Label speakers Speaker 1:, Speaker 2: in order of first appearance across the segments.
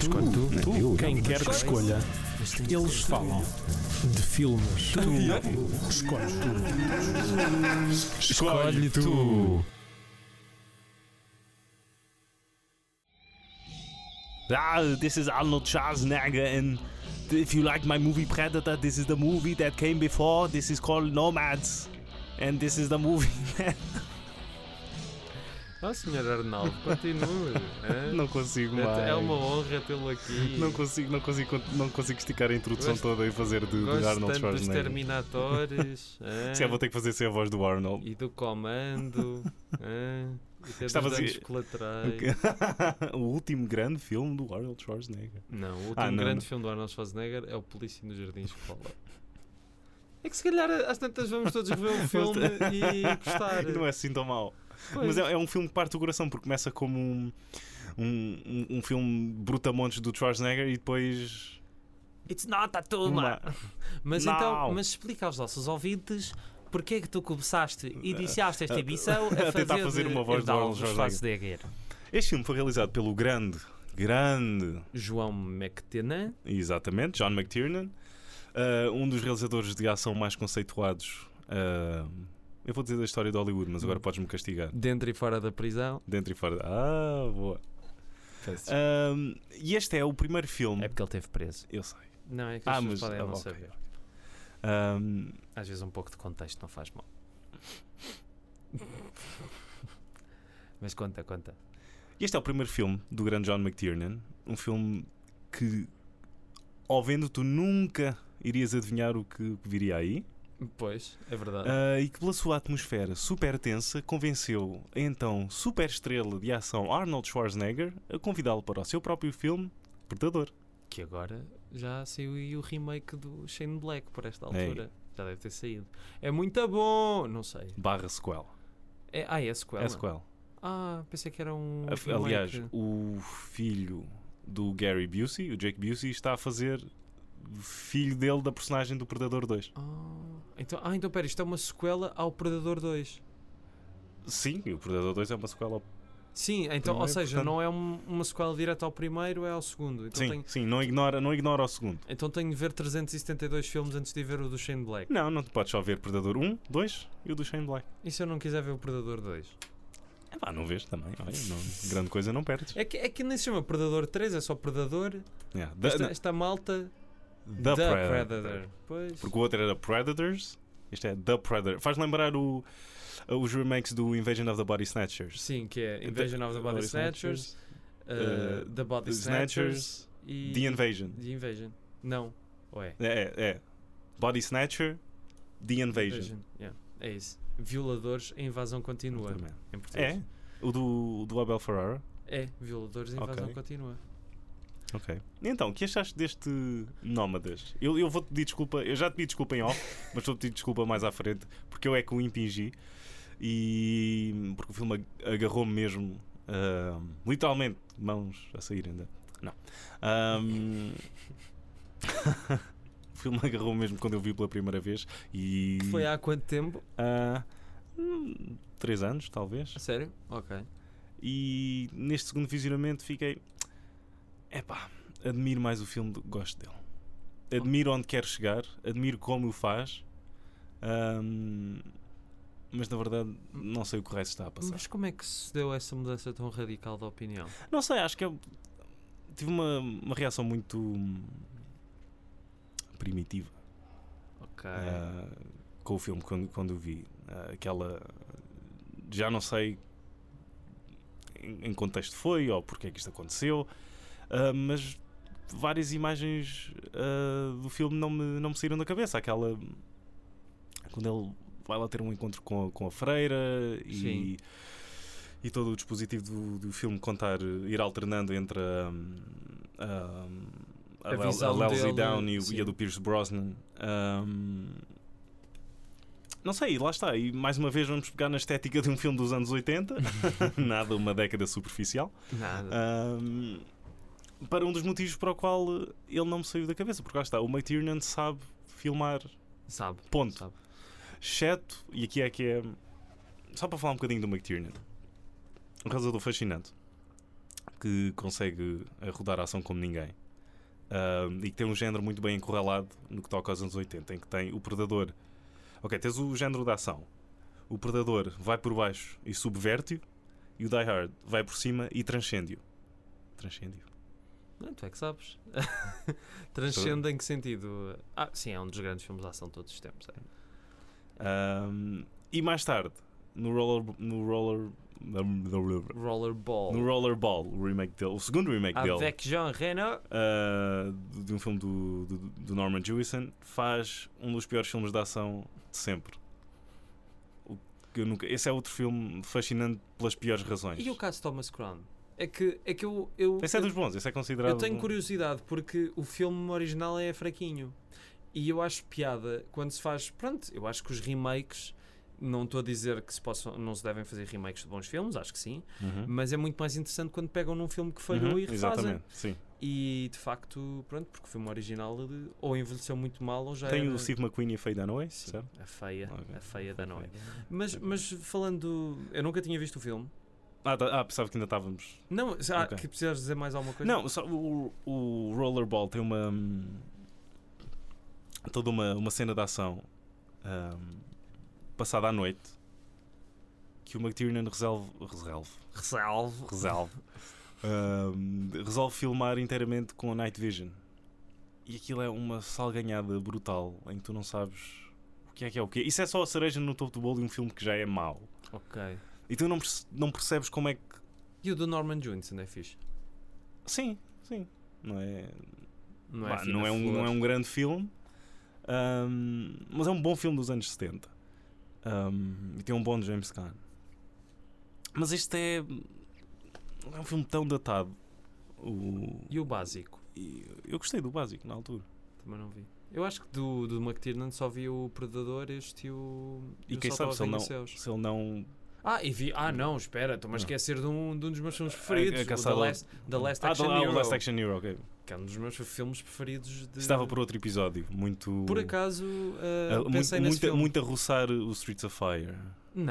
Speaker 1: Escolhe tu.
Speaker 2: Tu,
Speaker 1: Eu,
Speaker 2: quem
Speaker 1: eu.
Speaker 2: quer que escolha, eles falam de filmes. Tu escolhes tu.
Speaker 1: Escolhe tu.
Speaker 3: Ah, this is Arnold Schwarzenegger, and if you like my movie Predator, this is the movie that came before. This is called Nomads, and this is the movie. that-
Speaker 4: Ah, senhor Arnaldo, continue. hã?
Speaker 3: não consigo mais.
Speaker 4: É, é uma honra tê-lo aqui.
Speaker 3: Não consigo, não consigo, não consigo esticar a introdução
Speaker 4: Gosto-
Speaker 3: toda e fazer de, de
Speaker 4: Gosto
Speaker 3: Arnold
Speaker 4: tanto dos
Speaker 3: Schwarzenegger.
Speaker 4: Terminatores hã?
Speaker 3: Se é, vou ter que fazer sem a voz do Arnold.
Speaker 4: e do Comando hã? e ter
Speaker 3: Estava a
Speaker 4: dos danos
Speaker 3: dizer-
Speaker 4: colaterais.
Speaker 3: o último grande filme do Arnold Schwarzenegger.
Speaker 4: Não, o último
Speaker 3: Ah, não,
Speaker 4: grande
Speaker 3: não.
Speaker 4: filme do Arnold Schwarzenegger é o Polícia no Jardim Escola. É que se calhar às tantas vamos todos ver o filme e gostar.
Speaker 3: Não é assim tão mau. Mas é, é um filme que parte do coração, porque começa como um, um, um, um filme brutamontes do Schwarzenegger e depois.
Speaker 4: It's not a
Speaker 3: uma-
Speaker 4: Mas
Speaker 3: Não.
Speaker 4: então, mas explica aos nossos ouvintes porque é que tu começaste e iniciaste esta edição a, eh,
Speaker 3: a tentar fazer
Speaker 4: de
Speaker 3: uma voz do
Speaker 4: Arnold
Speaker 3: Arnold Schwarzenegger. Este filme foi realizado pelo grande, grande,
Speaker 4: João McTenan,
Speaker 3: exatamente, John McTiernan, ah, um dos realizadores de ação mais conceituados. ah, eu vou dizer da história de Hollywood, mas agora podes-me castigar.
Speaker 4: dentro e fora da prisão.
Speaker 3: Dentro e fora. Ah, boa. Ah, e este é o primeiro filme.
Speaker 4: É porque ele esteve preso.
Speaker 3: Eu sei.
Speaker 4: Não, é que as
Speaker 3: Ah, mas.
Speaker 4: pessoas podem
Speaker 3: ah,
Speaker 4: não
Speaker 3: ok.
Speaker 4: saber.
Speaker 3: Ah,
Speaker 4: Às vezes um pouco de contexto não faz mal. mas conta, conta.
Speaker 3: este é o primeiro filme do grande John McTiernan. Um filme que, ao vendo, tu nunca irias adivinhar o que o que viria aí.
Speaker 4: Pois, é verdade.
Speaker 3: Ah, e que pela sua atmosfera super tensa convenceu a então super estrela de ação Arnold Schwarzenegger a convidá-lo para o seu próprio filme Predador.
Speaker 4: Que agora já saiu aí o remake do Shane Black por esta
Speaker 3: Ei.
Speaker 4: altura. Já deve ter saído. É muito bom! Não sei.
Speaker 3: Barra sequel.
Speaker 4: É, ah, é sequel.
Speaker 3: É sequel.
Speaker 4: Ah, pensei que era um.
Speaker 3: Af-
Speaker 4: remake.
Speaker 3: Aliás, o filho do Gary Busey, o Jake Busey, está a fazer filho dele da personagem do Predador 2.
Speaker 4: Ah, então, ah, então pera, isto é uma sequela ao Predador 2.
Speaker 3: Sim, o Predador 2 é uma sequela. ao-
Speaker 4: Sim, então, ou
Speaker 3: Primeiro,
Speaker 4: seja,
Speaker 3: portanto-
Speaker 4: não é um- uma sequela direta ao primeiro, é ao segundo. Então,
Speaker 3: Sim,
Speaker 4: Tenho,
Speaker 3: sim, não ignora, não ignora o segundo.
Speaker 4: então tenho de ver 372 filmes antes de ver o do Shane Black.
Speaker 3: Não, não te podes só ver Predador 1, 2 e o do Shane Black.
Speaker 4: E se eu não quiser ver o Predador 2?
Speaker 3: É pá, não vês também. Olha, não- grande coisa não perdes.
Speaker 4: É que, é que nem se chama Predador 3, é só Predador.
Speaker 3: Yeah, da-
Speaker 4: Esta,
Speaker 3: na-
Speaker 4: esta malta.
Speaker 3: The Predator.
Speaker 4: Pois.
Speaker 3: Porque o outro era Predators, este é The Predator. Faz lembrar o, uh, os remakes do Invasion of the Body Snatchers.
Speaker 4: Sim, que é Invasion of the Body Snatchers,
Speaker 3: eh,
Speaker 4: uh, The Body
Speaker 3: the
Speaker 4: Snatchers,
Speaker 3: Snatchers,
Speaker 4: e.
Speaker 3: The Invasion.
Speaker 4: The Invasion. Não. Ou é?
Speaker 3: É, é, é. Body Snatcher, The Invasion.
Speaker 4: Yeah, É isso. Violadores, a invasão continua.
Speaker 3: Também.
Speaker 4: Em português.
Speaker 3: É? O do, do Abel Ferrara?
Speaker 4: É, violadores, a invasão
Speaker 3: Ok.
Speaker 4: continua.
Speaker 3: Ok. Então, o que achaste deste Nómadas? Eu, eu vou-te pedir desculpa, eu já te pedi desculpa em off, mas vou-te pedir desculpa mais à frente, porque eu é que o impingi e. porque o filme ag- agarrou-me mesmo, ah, literalmente, mãos a sair ainda. Não. Ahm, o filme agarrou-me mesmo quando eu vi pela primeira vez e.
Speaker 4: Que foi há quanto tempo?
Speaker 3: ah, hum, três anos, talvez.
Speaker 4: A sério? Ok.
Speaker 3: E neste segundo visionamento fiquei. Epá, admiro mais o filme do que gosto dele. Admiro onde quer chegar, admiro como o faz, ahm, mas na verdade não sei o que o resto está a passar.
Speaker 4: Mas como é que se deu essa mudança tão radical de opinião?
Speaker 3: Não sei, acho que eu tive uma, uma reação muito hum, primitiva
Speaker 4: Ok.
Speaker 3: ah, com o filme quando, quando o vi. Ah, aquela. Já não sei em, em que contexto foi ou porque é que isto aconteceu, ah, mas várias imagens ah, do filme não me, não me saíram da cabeça. Aquela. Quando ele vai lá ter um encontro com a, com a freira e.
Speaker 4: Sim.
Speaker 3: E todo o dispositivo do, do filme contar, ir alternando entre a, a, a,
Speaker 4: A
Speaker 3: Lel- a
Speaker 4: visão
Speaker 3: Leslie
Speaker 4: dele,
Speaker 3: Down e, o-
Speaker 4: sim.
Speaker 3: e a do Pierce Brosnan. Ahm, não sei, lá está. E mais uma vez vamos pegar na estética de um filme dos anos 80, nada uma década superficial,
Speaker 4: Nada.
Speaker 3: Ahm, para um dos motivos para o qual ele não me saiu da cabeça, porque lá está, o McTiernan sabe filmar,
Speaker 4: Sabe.
Speaker 3: ponto.
Speaker 4: Sabe.
Speaker 3: Exceto, e aqui é que é. Só para falar um bocadinho do McTiernan, um realizador fascinante que consegue eh, rodar a ação como ninguém. Ahm, e que tem um género muito bem encurralado no que toca aos anos 80, em que tem o predador. Ok, tens o género da ação. O predador vai por baixo e subverte-o, e o Die Hard vai por cima e transcende-o. Transcende-o.
Speaker 4: Não, tu é que sabes. Transcende em que sentido? Ah, sim, é um dos grandes filmes de ação de todos os tempos. é.
Speaker 3: Ahm, Ah, e mais tarde, no Roller. No roller
Speaker 4: Rollerball.
Speaker 3: no Rollerball, o remake dele, o segundo remake dele.
Speaker 4: Avec Jean Reno.
Speaker 3: uh, de de um filme do, do, do Norman Jewison, faz um dos piores filmes de ação de sempre. O que eu nunca- esse é outro filme fascinante pelas piores razões.
Speaker 4: E o caso de Thomas Crown? É que, é que eu, eu,
Speaker 3: Esse é
Speaker 4: eu,
Speaker 3: dos bons, esse é considerado.
Speaker 4: eu tenho
Speaker 3: um-
Speaker 4: curiosidade porque o filme original é fraquinho. E eu acho piada quando se faz. Pronto, eu acho que os remakes. Não estou a dizer que se possam, não se devem fazer remakes de bons filmes, acho que sim.
Speaker 3: Uhum.
Speaker 4: Mas é muito mais interessante quando pegam num filme que falhou
Speaker 3: Uhum,
Speaker 4: e refazem.
Speaker 3: Exatamente, sim.
Speaker 4: E de facto, pronto, porque o filme original ele ou envelheceu muito mal ou já
Speaker 3: Tem
Speaker 4: era
Speaker 3: o Steve McQueen e a Faye Dunaway,
Speaker 4: Sim,
Speaker 3: certo?
Speaker 4: a feia,
Speaker 3: Ok.
Speaker 4: a feia da noite.
Speaker 3: Faye
Speaker 4: Mas, mas falando, do- eu nunca tinha visto o filme.
Speaker 3: Ah, tá- ah, pensava que ainda estávamos.
Speaker 4: Não, se- ah,
Speaker 3: Ok.
Speaker 4: que precisas dizer mais alguma coisa?
Speaker 3: Não, só o, o Rollerball tem uma. hum, toda uma, uma cena de ação hum, passada à noite que o McTiernan resolve. resolve.
Speaker 4: Resolve.
Speaker 3: resolve. hum, resolve filmar inteiramente com a Night Vision. E aquilo é uma salganhada brutal em que tu não sabes o que é que é o que Isso é só a cereja no topo do bolo de um filme que já é mau.
Speaker 4: Ok.
Speaker 3: E tu não, perce- não percebes como é que.
Speaker 4: E o do Norman Jewison é fixe?
Speaker 3: Sim, sim. Não é,
Speaker 4: Não
Speaker 3: Bah,
Speaker 4: é, fina
Speaker 3: não, é um,
Speaker 4: flor.
Speaker 3: não é um grande filme, ahm, mas é um bom filme dos anos 70. Ahm, e tem um bom James Caan. Mas este é. É um filme tão datado. O,
Speaker 4: E o básico?
Speaker 3: e eu gostei do básico na altura.
Speaker 4: Também não vi. Eu acho que do, do McTiernan só vi o Predador, este e o.
Speaker 3: E
Speaker 4: o
Speaker 3: quem
Speaker 4: Salto
Speaker 3: sabe
Speaker 4: aos
Speaker 3: se ele não-
Speaker 4: Arranha-Céus.
Speaker 3: Se ele não.
Speaker 4: Ah, e vi. Ah, não, espera, estou-me a
Speaker 3: Não.
Speaker 4: esquecer de um, de um dos meus filmes
Speaker 3: a
Speaker 4: preferidos. o The
Speaker 3: caçada-
Speaker 4: Last, The Last
Speaker 3: ah,
Speaker 4: Action
Speaker 3: ah,
Speaker 4: Hero.
Speaker 3: o Last Action Hero, ok.
Speaker 4: Que é um dos meus filmes preferidos. De...
Speaker 3: Estava por outro episódio. Muito.
Speaker 4: Por acaso,
Speaker 3: ah,
Speaker 4: uh,
Speaker 3: muito,
Speaker 4: pensei nesse
Speaker 3: muito,
Speaker 4: filme.
Speaker 3: muito a roçar o Streets of Fire.
Speaker 4: Não,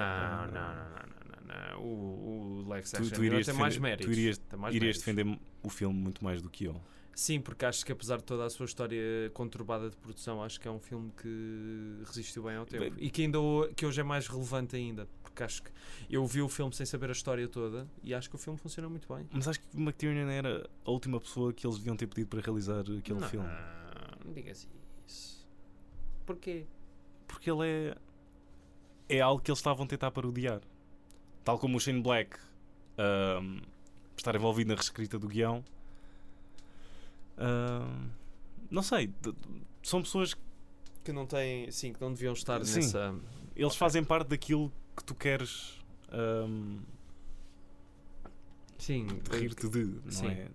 Speaker 4: não, não, não, não, não, não. O, o Lex
Speaker 3: Tu-
Speaker 4: Action
Speaker 3: tu
Speaker 4: Hero
Speaker 3: irias
Speaker 4: tem mais
Speaker 3: defender- tu
Speaker 4: méritos.
Speaker 3: irias-
Speaker 4: tem mais
Speaker 3: Irias
Speaker 4: méritos.
Speaker 3: defender o filme muito mais do que eu.
Speaker 4: Sim, porque acho que apesar de toda a sua história conturbada de produção, acho que é um filme que resistiu bem ao tempo. E que ainda ho- que hoje é mais relevante ainda. Porque acho que eu vi o filme sem saber a história toda e acho que o filme funciona muito bem.
Speaker 3: Mas acho que o McTiernan era a última pessoa que eles deviam ter pedido para realizar aquele
Speaker 4: não,
Speaker 3: filme.
Speaker 4: Não digas isso. Porquê?
Speaker 3: Porque ele é. É algo que eles estavam a tentar parodiar. Tal como o Shane Black ahm, estar envolvido na reescrita do guião. Ahm, não sei. d- d- São pessoas que.
Speaker 4: Que não têm. Sim, que não deviam estar
Speaker 3: Sim.
Speaker 4: nessa.
Speaker 3: Eles fazem parte daquilo que tu queres ahm,
Speaker 4: Sim,
Speaker 3: rir-te de. Não
Speaker 4: Sim.
Speaker 3: é?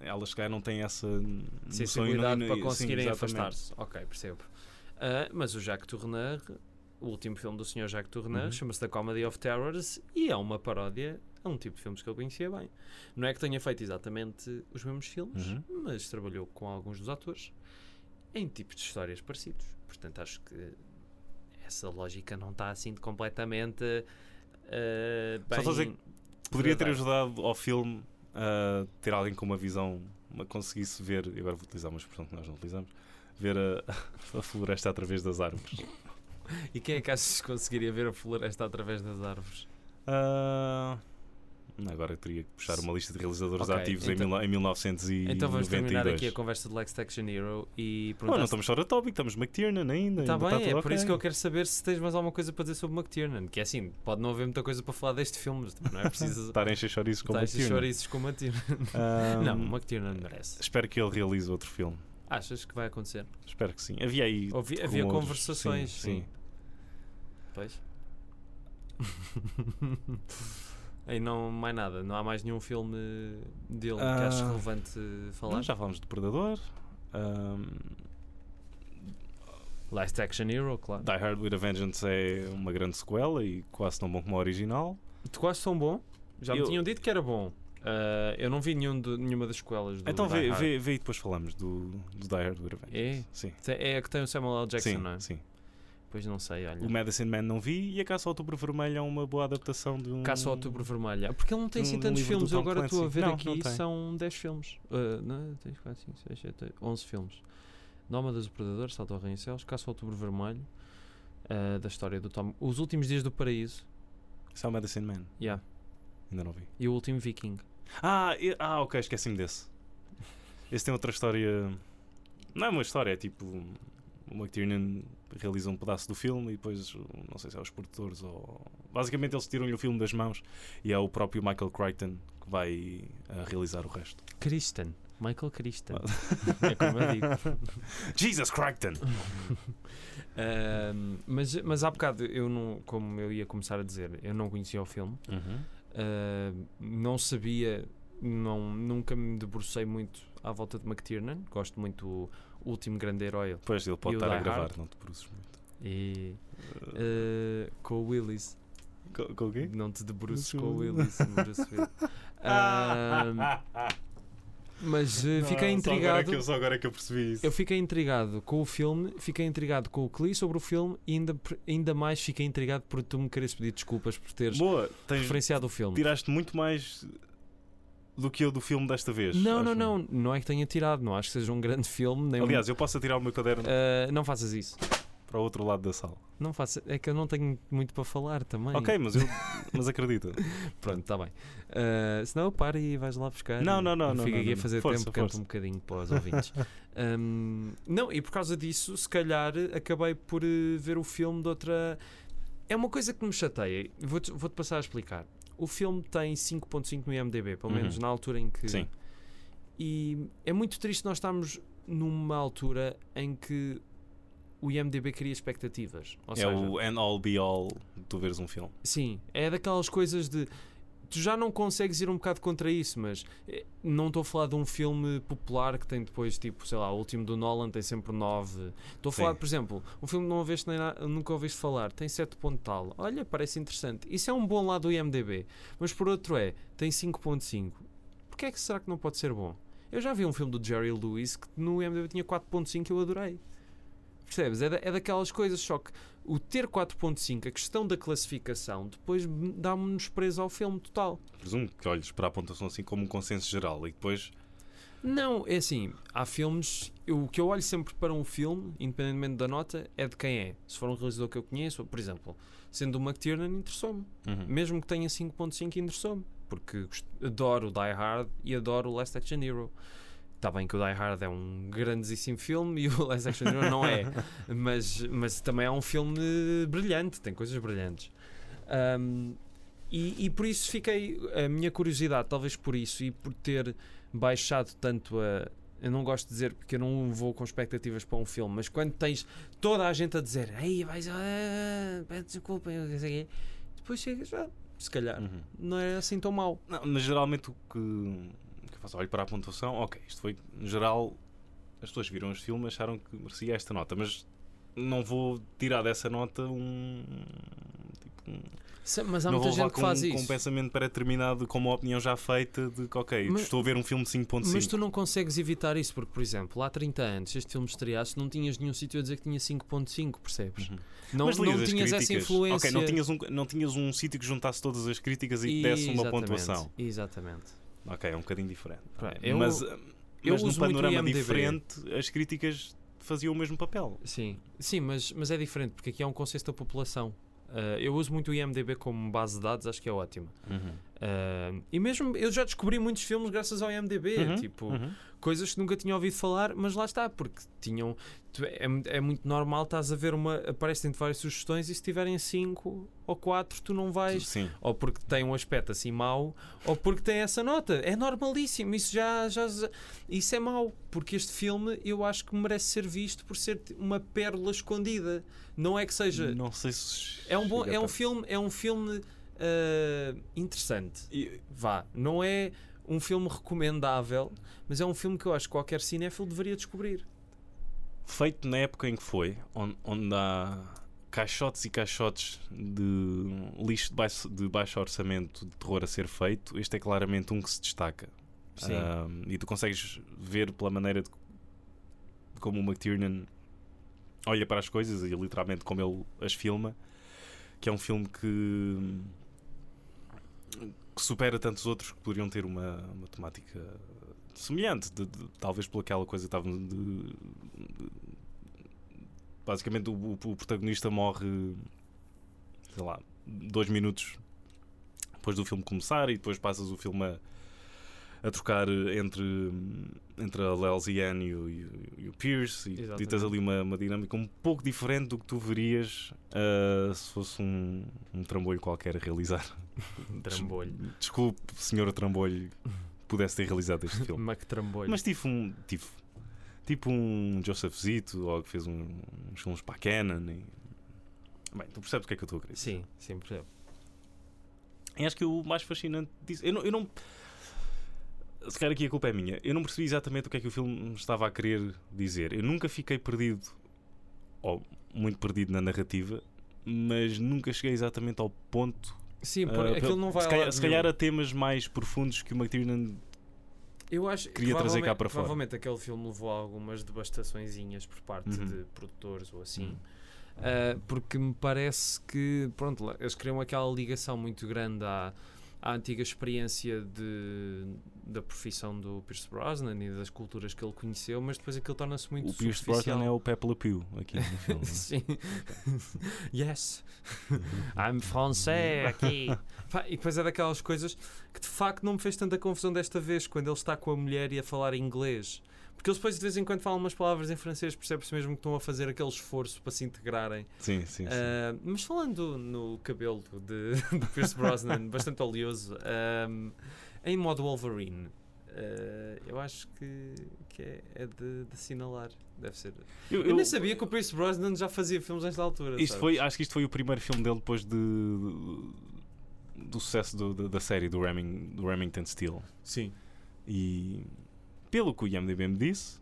Speaker 3: Elas, se calhar, não têm essa. noção e não-
Speaker 4: sensibilidade
Speaker 3: e-
Speaker 4: para
Speaker 3: Um sim,
Speaker 4: conseguirem
Speaker 3: exatamente.
Speaker 4: afastar-se. Ok, percebo. Ah, mas o Jacques Tourneur, o último filme do Sr. Jacques Tourneur,
Speaker 3: Uhum.
Speaker 4: chama-se The Comedy of Terrors e é uma paródia a um tipo de filmes que eu conhecia bem. Não é que tenha feito exatamente os mesmos filmes,
Speaker 3: Uhum.
Speaker 4: mas trabalhou com alguns dos atores em tipos de histórias parecidos. Portanto, acho que essa lógica não está assim de completamente. ah,
Speaker 3: Só
Speaker 4: bem...
Speaker 3: estou a dizer Poderia ter
Speaker 4: Verdade.
Speaker 3: ajudado ao filme a ter alguém com uma visão, uma, conseguisse ver, e agora vou utilizar uma expressão que nós não utilizamos, ver a, a floresta através das árvores.
Speaker 4: E quem é que achas que conseguiria ver a floresta através das árvores?
Speaker 3: Ah, agora eu teria que puxar uma lista de realizadores
Speaker 4: Ok,
Speaker 3: ativos
Speaker 4: então-
Speaker 3: em, mil, em 1992.
Speaker 4: Então vamos terminar aqui a conversa de Lex Action Hero e
Speaker 3: Oh, não
Speaker 4: perguntar.
Speaker 3: estamos fora de tópico, estamos McTiernan ainda.
Speaker 4: Está
Speaker 3: ainda tá
Speaker 4: bem,
Speaker 3: tudo
Speaker 4: é por
Speaker 3: ok.
Speaker 4: isso que eu quero saber se tens mais alguma coisa para dizer sobre McTiernan. Que é assim, pode não haver muita coisa para falar deste filme, mas também não é preciso
Speaker 3: Estar a encher chouriços Tá com
Speaker 4: estar Tá a
Speaker 3: McTiernan.
Speaker 4: chouriços com o McTiernan.
Speaker 3: Ah,
Speaker 4: Não, o McTiernan merece.
Speaker 3: Espero que ele realize outro filme.
Speaker 4: Achas que vai acontecer?
Speaker 3: Espero que sim. Havia aí.
Speaker 4: Ouvi- havia
Speaker 3: rumores.
Speaker 4: conversações,
Speaker 3: Sim,
Speaker 4: sim. Pois. Aí não mais nada, não há mais nenhum filme dele que aches
Speaker 3: Ah.
Speaker 4: relevante falar.
Speaker 3: Não, já falámos de Predador. Ah,
Speaker 4: Last Action Hero, claro.
Speaker 3: Die Hard with a Vengeance é uma grande sequela e quase tão bom como a original.
Speaker 4: De quase tão bom. Já me
Speaker 3: Eu-
Speaker 4: tinham dito que era bom. Ah, eu não vi nenhum de- nenhuma das escolas do
Speaker 3: então
Speaker 4: Die
Speaker 3: vê,
Speaker 4: Hard.
Speaker 3: vê, vê e depois falamos do, do Die Hard with a Vengeance.
Speaker 4: É?
Speaker 3: Sim.
Speaker 4: Tem- É a que tem o Samuel L. Jackson,
Speaker 3: sim,
Speaker 4: não é?
Speaker 3: sim.
Speaker 4: Pois não sei, olha.
Speaker 3: O Medicine Man não vi e a Caça ao Outubro Vermelho é uma boa adaptação de um.
Speaker 4: Caça ao Outubro Vermelho. Ah, Porque ele não tem assim
Speaker 3: Um- um
Speaker 4: tantos
Speaker 3: livro do
Speaker 4: filmes. Eu
Speaker 3: Tom
Speaker 4: agora estou a
Speaker 3: Clancy.
Speaker 4: ver
Speaker 3: Não,
Speaker 4: aqui,
Speaker 3: não tem.
Speaker 4: são 10 filmes. Ah, não, 3, 4, 5, 6, 7, 8, 11 filmes. Nómadas do Predador, Salto ao Céus, Caça ao Outubro Vermelho, ah, da história do Tom. Os Últimos Dias do Paraíso,
Speaker 3: Isso é o Medicine Man.
Speaker 4: yeah.
Speaker 3: Ainda não vi.
Speaker 4: e o Último Viking.
Speaker 3: Ah, e- ah ok, esqueci-me desse. Esse tem outra história. Não é uma história, é tipo. O McTiernan realiza um pedaço do filme e depois, não sei se é os produtores ou. Basicamente, eles tiram-lhe o filme das mãos e é o próprio Michael Crichton que vai ah, realizar o resto.
Speaker 4: Kristen. Michael Kristen. é como eu digo.
Speaker 3: Jesus Crichton!
Speaker 4: Ahm, Um, mas, mas há bocado, eu não, como eu ia começar a dizer, eu não conhecia o filme, ahm, Ah, não sabia, não, nunca me debrucei muito à volta de McTiernan. Gosto muito do Último Grande Herói
Speaker 3: Pois, ele pode
Speaker 4: E o
Speaker 3: estar a
Speaker 4: Die
Speaker 3: gravar,
Speaker 4: Hard?
Speaker 3: não te bruces muito.
Speaker 4: e ah, com o Willis.
Speaker 3: Com, com o quê?
Speaker 4: Não te debruces com
Speaker 3: Com
Speaker 4: o
Speaker 3: o
Speaker 4: Willis, Bruce Willis. Ahm, mas eh, fiquei
Speaker 3: Não, só agora é
Speaker 4: intrigado.
Speaker 3: que eu- Só agora é que eu percebi isso.
Speaker 4: Eu fiquei intrigado com o filme, fiquei intrigado com o que li sobre o filme e ainda, ainda mais fiquei intrigado por tu me quereres pedir desculpas por teres
Speaker 3: Boa, tens,
Speaker 4: referenciado o filme.
Speaker 3: tiraste muito mais do que eu do filme desta vez.
Speaker 4: Não,
Speaker 3: acho
Speaker 4: não,
Speaker 3: eu.
Speaker 4: não, não é que tenha tirado, não acho que seja um grande filme. Nem um-
Speaker 3: Aliás, eu posso atirar o meu caderno
Speaker 4: Ah, não faças isso.
Speaker 3: para o outro lado da sala.
Speaker 4: Não faças, é que eu não tenho muito para falar também.
Speaker 3: Ok, mas, eu, mas acredita.
Speaker 4: Pronto, está bem. Ah, senão eu paro e vais lá buscar.
Speaker 3: Não,
Speaker 4: e-
Speaker 3: não, não,
Speaker 4: e
Speaker 3: não,
Speaker 4: Fica
Speaker 3: não,
Speaker 4: aqui a
Speaker 3: não.
Speaker 4: fazer
Speaker 3: Força,
Speaker 4: tempo, canto
Speaker 3: força.
Speaker 4: um bocadinho para os ouvintes. Ahm, não, e por causa disso, se calhar acabei por eh, ver o filme de outra. É uma coisa que me chateia. Vou-te vou-te passar a explicar. O filme tem 5.5 no IMDB, pelo menos
Speaker 3: Uhum.
Speaker 4: na altura em que.
Speaker 3: Sim.
Speaker 4: E é muito triste nós estarmos numa altura em que o IMDB cria expectativas. Ou
Speaker 3: é
Speaker 4: seja,
Speaker 3: o end all be all de tu veres um filme.
Speaker 4: Sim, é daquelas coisas de. Tu já não consegues ir um bocado contra isso, mas eh, não estou a falar de um filme popular que tem depois, tipo, sei lá, o último do Nolan tem sempre 9. Estou a falar,
Speaker 3: Sim.
Speaker 4: por exemplo, um filme que não ouviste nem na- nunca ouviste falar, tem 7 ponto tal. Olha, parece interessante. Isso é um bom lado do IMDB, mas por outro é, tem 5.5. Porquê é que será que não pode ser bom? Eu já vi um filme do Jerry Lewis que no IMDb tinha 4.5 e eu adorei. Percebes? É, da- é daquelas coisas, só que o ter 4.5, a questão da classificação, depois m- dá um desprezo ao filme total.
Speaker 3: Presumo um que olhes para a pontuação assim como um consenso geral e depois.
Speaker 4: Não, é assim, há filmes, eu- o que eu olho sempre para um filme, independentemente da nota, é de quem é. Se for um realizador que eu conheço, por exemplo, sendo o McTiernan, interessou-me. Mesmo que tenha 5.5, interessou-me. Porque gost- adoro o Die Hard e adoro o Last Action Hero. Está bem que o Die Hard é um grandíssimo filme e o Last Action Hero não é. Mas, mas também é um filme brilhante, tem coisas brilhantes. Ahm, e, e por isso fiquei. A minha curiosidade, talvez por isso, e por ter baixado tanto a. Eu não gosto de dizer porque eu não vou com expectativas para um filme, mas quando tens toda a gente a dizer, ei, vais. Ah, pede desculpa, eu não sei o quê", depois chegas, "Ah, se calhar,
Speaker 3: Uhum.
Speaker 4: não era assim tão mau.
Speaker 3: Não, mas geralmente o que, o que eu faço? Olho para a pontuação, ok, isto foi. No geral, as pessoas que viram este filme acharam que merecia esta nota, mas não vou tirar dessa nota um. Tipo, um
Speaker 4: Se- Mas há
Speaker 3: não
Speaker 4: muita
Speaker 3: vou levar
Speaker 4: gente que
Speaker 3: com,
Speaker 4: faz
Speaker 3: um- com um
Speaker 4: isso.
Speaker 3: pensamento pré-determinado, com uma opinião já feita de que, ok,
Speaker 4: Mas-
Speaker 3: estou a ver um filme de 5.5.
Speaker 4: Mas tu não consegues evitar isso, porque, por exemplo, há 30 anos, este filme estreasse, não tinhas nenhum sítio a dizer que tinha 5.5, percebes?
Speaker 3: Uhum.
Speaker 4: Não,
Speaker 3: Mas lias
Speaker 4: não
Speaker 3: as
Speaker 4: tinhas essa
Speaker 3: críticas.
Speaker 4: influência.
Speaker 3: Ok, não tinhas um, não tinhas um sítio que juntasse todas as críticas e que desse uma
Speaker 4: Exatamente,
Speaker 3: pontuação.
Speaker 4: Exatamente.
Speaker 3: Ok, é um bocadinho diferente.
Speaker 4: Pá,
Speaker 3: Ok,
Speaker 4: eu-
Speaker 3: mas
Speaker 4: eu
Speaker 3: mas num
Speaker 4: uso muito o
Speaker 3: panorama
Speaker 4: IMDb.
Speaker 3: diferente, as críticas faziam o mesmo papel.
Speaker 4: Sim, sim mas, mas é diferente, porque aqui é um conceito da população. Ah, eu uso muito o IMDB como base de dados, acho que é ótimo.
Speaker 3: Uhum.
Speaker 4: Ah, e mesmo eu já descobri muitos filmes graças ao IMDB,
Speaker 3: Uhum,
Speaker 4: tipo,
Speaker 3: uhum.
Speaker 4: coisas que nunca tinha ouvido falar, mas lá está, porque tinham. tu- É, é muito normal, estás a ver uma. aparecem-te várias sugestões e se tiverem 5 ou 4, tu não vais.
Speaker 3: Sim.
Speaker 4: ou porque tem um aspecto assim mau, ou porque tem essa nota. É normalíssimo, isso já, já isso é mau, porque este filme eu acho que merece ser visto por ser uma pérola escondida. Não é que seja.
Speaker 3: Não sei se.
Speaker 4: É um bom,
Speaker 3: chega
Speaker 4: é um
Speaker 3: tanto.
Speaker 4: filme, é um filme ah, interessante.
Speaker 3: E-
Speaker 4: Vá, não é um filme recomendável, mas é um filme que eu acho que qualquer cinéfilo deveria descobrir.
Speaker 3: Feito na época em que foi, on- onde há caixotes e caixotes de lixo de baixo, de baixo orçamento de terror a ser feito, este é claramente um que se destaca. Ahm, e tu consegues ver pela maneira de, de como o McTiernan olha para as coisas e literalmente como ele as filma, que é um filme que, que supera tantos outros que poderiam ter uma, uma temática semelhante, de- de- talvez por aquela coisa que estávamos de, de- basicamente o, o- o protagonista morre sei lá, dois minutos depois do filme começar e depois passas o filme a, a trocar entre, entre a Lelziane e, o- e o- e o Pierce e, e tens
Speaker 4: Exatamente.
Speaker 3: ali uma, uma dinâmica um pouco diferente do que tu verias ah, se fosse um, um trambolho qualquer a realizar.
Speaker 4: Trambolho.
Speaker 3: Desculpe, senhora trambolho, pudesse ter realizado este filme.
Speaker 4: Mac é trambolho.
Speaker 3: Mas tive um. Tive, tipo um Joseph Zito, ou que fez um, uns filmes para a Canon. E... Bem, tu percebes o que é que eu estou a querer dizer.
Speaker 4: Sim, sim, percebo.
Speaker 3: E acho que o mais fascinante disso. Eu não, eu não. Se calhar aqui a culpa é minha. Eu não percebi exatamente o que é que o filme me estava a querer dizer. Eu nunca fiquei perdido, ou muito perdido na narrativa, mas nunca cheguei exatamente ao ponto.
Speaker 4: Sim, por,
Speaker 3: ah,
Speaker 4: aquilo não vai
Speaker 3: se
Speaker 4: a
Speaker 3: calhar,
Speaker 4: lado
Speaker 3: se calhar
Speaker 4: nenhum.
Speaker 3: a temas mais profundos que o McTiernan
Speaker 4: Eu acho
Speaker 3: queria trazer cá
Speaker 4: provavelmente-
Speaker 3: para fora.
Speaker 4: Provavelmente aquele filme levou a algumas devastaçõezinhas por parte
Speaker 3: Uhum.
Speaker 4: de produtores ou assim. Ah, porque me parece que, pronto, lá, eles criam aquela ligação muito grande à, à antiga experiência de, da profissão do Pierce Brosnan e das culturas que ele conheceu, mas depois aquilo torna-se muito
Speaker 3: O Pierce
Speaker 4: superficial.
Speaker 3: Brosnan é o Pepe Le Pew aqui no filme.
Speaker 4: Sim. yes. I'm français aqui. Pá, E depois é daquelas coisas que de facto não me fez tanta confusão desta vez quando ele está com a mulher e a falar inglês. Porque eles depois de vez em quando falam umas palavras em francês, percebe-se mesmo que estão a fazer aquele esforço para se integrarem.
Speaker 3: Sim, sim, sim.
Speaker 4: Ah, mas falando no cabelo de, de Pierce Brosnan, bastante oleoso, ahm, em modo Wolverine, ah, eu acho que, que é, é de, de assinalar. Deve ser.
Speaker 3: Eu-
Speaker 4: Eu
Speaker 3: eu-
Speaker 4: nem sabia que o Pierce Brosnan já fazia filmes nesta altura.
Speaker 3: Isto
Speaker 4: sabes?
Speaker 3: foi, acho que isto foi o primeiro filme dele depois de, do sucesso do- da, da série do, Reming, do Remington Steel.
Speaker 4: Sim.
Speaker 3: E pelo que o IMDB me disse,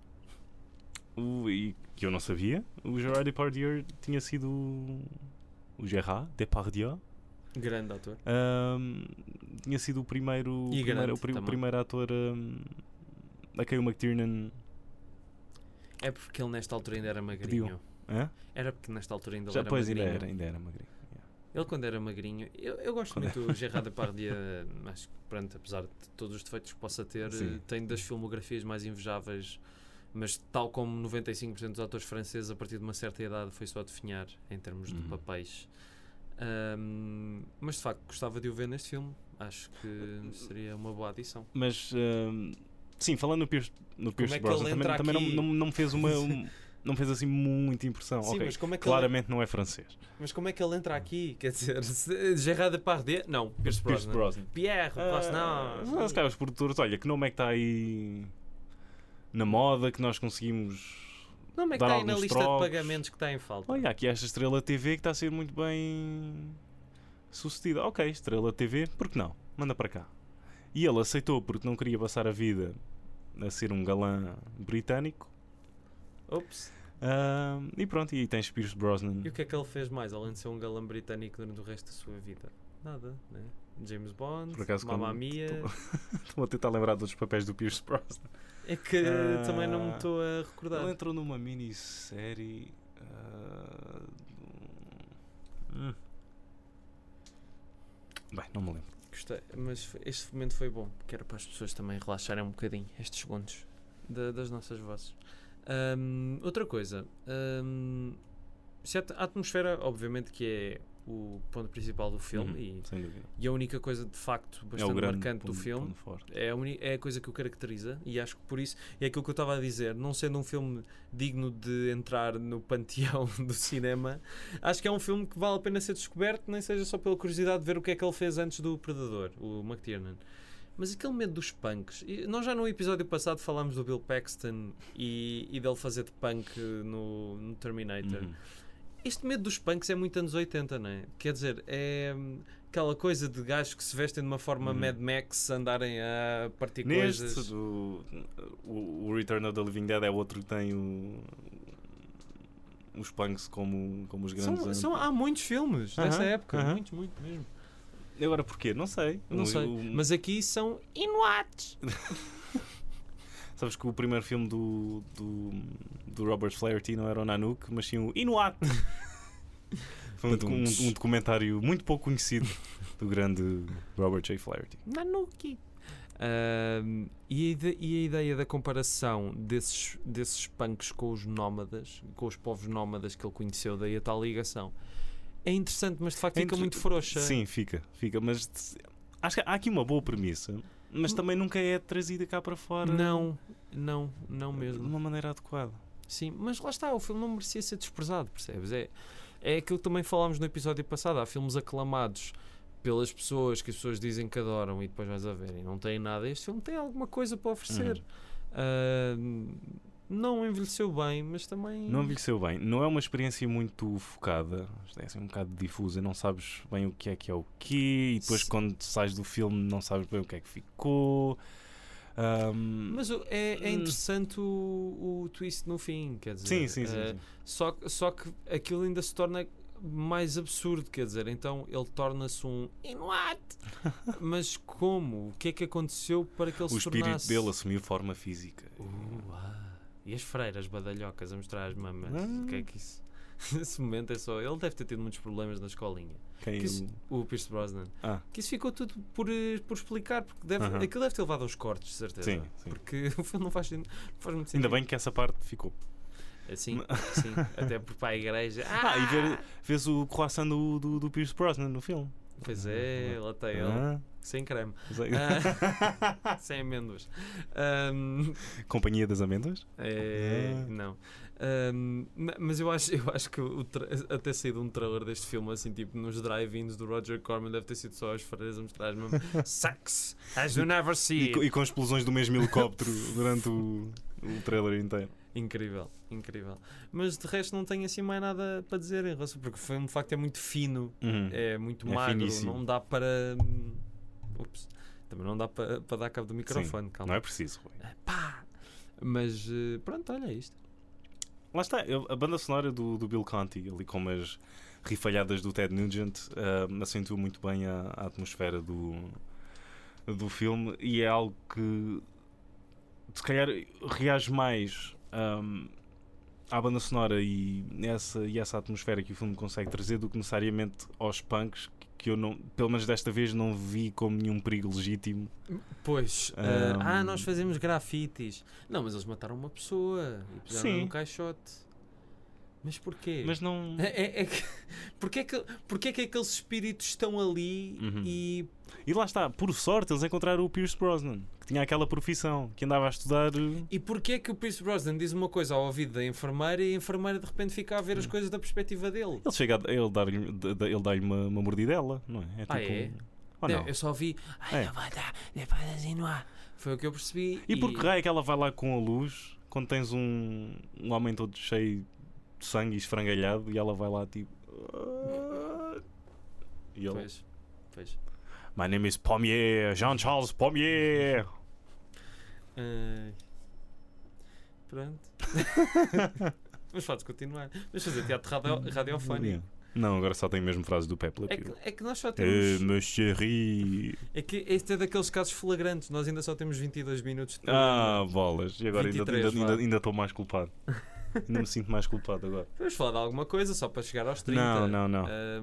Speaker 3: o, e que eu não sabia, o Gerard Depardieu tinha sido o Gerard Depardieu.
Speaker 4: Grande ator.
Speaker 3: ahm, tinha sido o primeiro, o
Speaker 4: E
Speaker 3: primeiro,
Speaker 4: grande
Speaker 3: o pri- o
Speaker 4: também.
Speaker 3: primeiro ator ahm, a quem o McTiernan
Speaker 4: É porque ele nesta altura ainda era magrinho.
Speaker 3: Hã?
Speaker 4: Era porque nesta altura ainda ele
Speaker 3: já
Speaker 4: era
Speaker 3: depois ainda
Speaker 4: magrinho.
Speaker 3: era, ainda era magrinho.
Speaker 4: Ele quando era magrinho. Eu, eu gosto
Speaker 3: Quando
Speaker 4: muito do Gerard Depardieu, mas pronto, apesar de todos os defeitos que possa ter,
Speaker 3: Sim.
Speaker 4: tem das filmografias mais invejáveis. Mas tal como 95% dos atores franceses, a partir de uma certa idade foi só definhar em termos de
Speaker 3: Uhum.
Speaker 4: papéis. Ahm, mas de facto gostava de o ver neste filme. Acho que seria uma boa adição.
Speaker 3: Mas hum, sim, falando no Pierce, no Pierce
Speaker 4: é que
Speaker 3: Brosnan,
Speaker 4: ele
Speaker 3: também,
Speaker 4: entra
Speaker 3: também não,
Speaker 4: aqui?
Speaker 3: não, não me fez uma. um- não me fez assim muita impressão.
Speaker 4: Sim,
Speaker 3: Ok,
Speaker 4: mas como é que ele-
Speaker 3: Claramente não é francês.
Speaker 4: Mas como é que ele entra
Speaker 3: Hum.
Speaker 4: aqui? Quer dizer, se- Gerard Depardieu? Não, Pierce Brosnan. Pierre,
Speaker 3: Ah,
Speaker 4: Brosnan.
Speaker 3: se calhar os produtores, olha, que nome é que está aí na moda que nós conseguimos.
Speaker 4: Não, mas é que
Speaker 3: dar
Speaker 4: está aí na
Speaker 3: alguns
Speaker 4: lista
Speaker 3: trocos.
Speaker 4: de pagamentos que está em falta?
Speaker 3: Olha, aqui esta estrela TV que está a ser muito bem sucedida. Ok, estrela TV, por que não? Manda para cá. E ele aceitou porque não queria passar a vida a ser um galã britânico.
Speaker 4: Ops.
Speaker 3: Ah, e pronto, e tens Pierce Brosnan.
Speaker 4: E o que é que ele fez mais, além de ser um galã britânico durante o resto da sua vida? Nada, né? James Bond,
Speaker 3: Por acaso,
Speaker 4: Mamma
Speaker 3: quando-
Speaker 4: Mia.
Speaker 3: Estou a tentar lembrar dos papéis do Pierce Brosnan.
Speaker 4: É que
Speaker 3: Ah.
Speaker 4: também não me estou a
Speaker 3: Ele
Speaker 4: recordar.
Speaker 3: entrou numa minissérie. ah, do- Hum. Bem, não me lembro.
Speaker 4: Gostei, mas f- este momento foi bom, que era para as pessoas também relaxarem um bocadinho estes segundos da- das nossas vozes. Ahm, outra coisa, ahm, se a at- a atmosfera, obviamente, que é o ponto principal do filme
Speaker 3: Uhum,
Speaker 4: e,
Speaker 3: sem dúvida.
Speaker 4: e a única coisa de facto
Speaker 3: É o
Speaker 4: bastante
Speaker 3: grande
Speaker 4: marcante
Speaker 3: ponto-
Speaker 4: do filme.
Speaker 3: ponto forte.
Speaker 4: É a, uni- é a coisa que o caracteriza e acho que por isso é aquilo que eu estava a dizer, não sendo um filme digno de entrar no panteão do cinema, acho que é um filme que vale a pena ser descoberto, nem seja só pela curiosidade de ver o que é que ele fez antes do Predador, o McTiernan. Mas aquele medo dos punks, e nós já no episódio passado falámos do Bill Paxton e, e dele fazer de punk no, no Terminator.
Speaker 3: Uhum.
Speaker 4: Este medo dos punks é muito anos 80, não é? Quer dizer, é hum, aquela coisa de gajos que se vestem de uma forma
Speaker 3: Uhum.
Speaker 4: Mad Max, andarem a partir
Speaker 3: Neste,
Speaker 4: coisas.
Speaker 3: do- o, o Return of the Living Dead é outro que tem o- os punks como, como os grandes.
Speaker 4: São, são- há muitos filmes dessa
Speaker 3: Aham,
Speaker 4: época,
Speaker 3: aham.
Speaker 4: muitos, muito mesmo.
Speaker 3: Agora porquê? Não sei.
Speaker 4: Não
Speaker 3: O-
Speaker 4: sei,
Speaker 3: o-
Speaker 4: mas aqui são Inuates.
Speaker 3: Sabes que o primeiro filme do, do, do Robert Flaherty não era o Nanook, mas sim o Inuat. Foi um, docu- um- um documentário muito pouco conhecido do grande Robert J. Flaherty.
Speaker 4: Nanuki. Ahm, e, a ide- e a ideia da comparação desses, desses punks com os nómadas, com os povos nómadas que ele conheceu, daí a tal ligação, é interessante, mas de facto fica
Speaker 3: Entre-
Speaker 4: muito frouxa.
Speaker 3: Sim, fica, fica, mas t- acho que há aqui uma boa premissa, mas também nunca é trazida cá para fora
Speaker 4: Hum. Não, não, não
Speaker 3: de
Speaker 4: mesmo.
Speaker 3: uma maneira adequada.
Speaker 4: Sim, mas lá está, o filme não merecia ser desprezado, percebes? É, é aquilo que também falámos no episódio passado. Há filmes aclamados pelas pessoas que as pessoas dizem que adoram e depois vais a ver e não tem nada. Este filme tem alguma coisa para oferecer. Ah, não envelheceu bem, mas também.
Speaker 3: Uhum. Não envelheceu bem, não é uma experiência muito focada, é assim um bocado difusa, não sabes bem o que é que é o quê, e depois
Speaker 4: Sim.
Speaker 3: quando sais do filme não sabes bem o que é que ficou. Ahm,
Speaker 4: Mas o- é, é
Speaker 3: Hum.
Speaker 4: interessante o, o twist no fim, quer dizer.
Speaker 3: sim, sim, sim,
Speaker 4: ah,
Speaker 3: sim.
Speaker 4: Só, que- só que aquilo ainda se torna mais absurdo, quer dizer, então ele torna-se um Inuit. Mas como? O que é que aconteceu para que ele
Speaker 3: O
Speaker 4: se
Speaker 3: espírito
Speaker 4: tornasse?
Speaker 3: dele assumiu forma física.
Speaker 4: Uh, ah. E as freiras badalhocas a mostrar as mamas.
Speaker 3: Ah.
Speaker 4: O que é que isso? Nesse momento é só. Ele deve ter tido muitos problemas na escolinha.
Speaker 3: Quem
Speaker 4: Que isso- O Pierce Brosnan.
Speaker 3: Ah.
Speaker 4: Que isso ficou tudo por, eh, por explicar. Porque deve,
Speaker 3: Aham.
Speaker 4: aquilo deve ter levado aos cortes, de certeza.
Speaker 3: Sim, sim.
Speaker 4: Porque o filme não faz, sen- não faz muito
Speaker 3: Ainda
Speaker 4: sentido.
Speaker 3: bem que essa parte ficou.
Speaker 4: Assim, sim. Até porque para a igreja.
Speaker 3: Ah, e ver, vês o croissant do, do, do Pierce Brosnan no filme.
Speaker 4: Pois é, lá está ele.
Speaker 3: Ah,
Speaker 4: Sem creme.
Speaker 3: sei.
Speaker 4: Ah, sem amêndoas. Ahm,
Speaker 3: Companhia das Amêndoas?
Speaker 4: é,
Speaker 3: Ah.
Speaker 4: Não. Ahm, ma- mas eu acho, eu acho que o tra- até saído um trailer deste filme, assim, tipo nos drive-ins do Roger Corman, deve ter sido só as freiras a mostrar mesmo Sex as you never
Speaker 3: E,
Speaker 4: see.
Speaker 3: co- e com explosões do mesmo helicóptero durante o, o trailer inteiro.
Speaker 4: Incrível, incrível. Mas de resto, não tenho assim mais nada para dizer em relação, porque foi um facto é muito fino.
Speaker 3: Uhum.
Speaker 4: é muito
Speaker 3: É
Speaker 4: magro,
Speaker 3: finíssimo.
Speaker 4: não dá para. hum, Ups, também não dá para, para dar cabo do microfone, calma.
Speaker 3: Não é preciso, Rui.
Speaker 4: Pá! Mas eh, pronto, olha isto.
Speaker 3: Lá está, eu- a banda sonora do, do Bill Conti, ali com umas rifalhadas do Ted Nugent, ah, acentua muito bem a, a atmosfera do, do filme e é algo que se calhar reage mais ahm, à banda sonora e essa, e essa atmosfera que o filme consegue trazer do que necessariamente aos punks que eu não, pelo menos desta vez não vi como nenhum perigo legítimo.
Speaker 4: Pois, eh,
Speaker 3: Ahm.
Speaker 4: ah, nós fazemos grafites. Não, mas eles mataram uma pessoa e puseram
Speaker 3: Sim.
Speaker 4: num caixote. Mas porquê?
Speaker 3: Mas não.
Speaker 4: É, é, é que, porque, é que, porque é que aqueles espíritos estão ali
Speaker 3: Uhum.
Speaker 4: e.
Speaker 3: E lá está, por sorte eles encontraram o Pierce Brosnan, que tinha aquela profissão, que andava a estudar. eh,
Speaker 4: E porquê é que o Pierce Brosnan diz uma coisa ao ouvido da enfermeira e a enfermeira de repente fica a
Speaker 3: Hum.
Speaker 4: ver as coisas da perspectiva dele?
Speaker 3: Ele chega a ele dar-lhe d- d- ele dá-lhe uma, uma mordidela, não é? É
Speaker 4: Ah, é?
Speaker 3: Ou
Speaker 4: Não,
Speaker 3: não?
Speaker 4: Eu só vi.
Speaker 3: É.
Speaker 4: Ai, não vai dar, não vai dar assim, não há." Foi o que eu percebi.
Speaker 3: E por que raio é que ela vai lá com a luz quando tens um, um homem todo cheio de sangue e esfrangalhado e ela vai lá tipo. "Ah." E ele.
Speaker 4: Pois, pois.
Speaker 3: My name is Pommier, Jean Charles Pommier.
Speaker 4: Ah, Pronto. Mas podes continuar. Mas fazer teatro radio, radiofónico.
Speaker 3: Não, agora só tem mesmo frases do Pepe Le
Speaker 4: É
Speaker 3: Pew.
Speaker 4: que, é que nós só
Speaker 3: Eh,
Speaker 4: temos.
Speaker 3: ma chérie.
Speaker 4: É que este é daqueles casos flagrantes. Nós ainda só temos 22 minutos de programa.
Speaker 3: Ah, bolas. E agora ainda-
Speaker 4: 23,
Speaker 3: ainda estou
Speaker 4: vá.
Speaker 3: ainda, estou mais culpado. ainda me sinto mais culpado agora.
Speaker 4: Vamos falar de alguma coisa só para chegar aos 30.
Speaker 3: Não, não, não.
Speaker 4: Ah,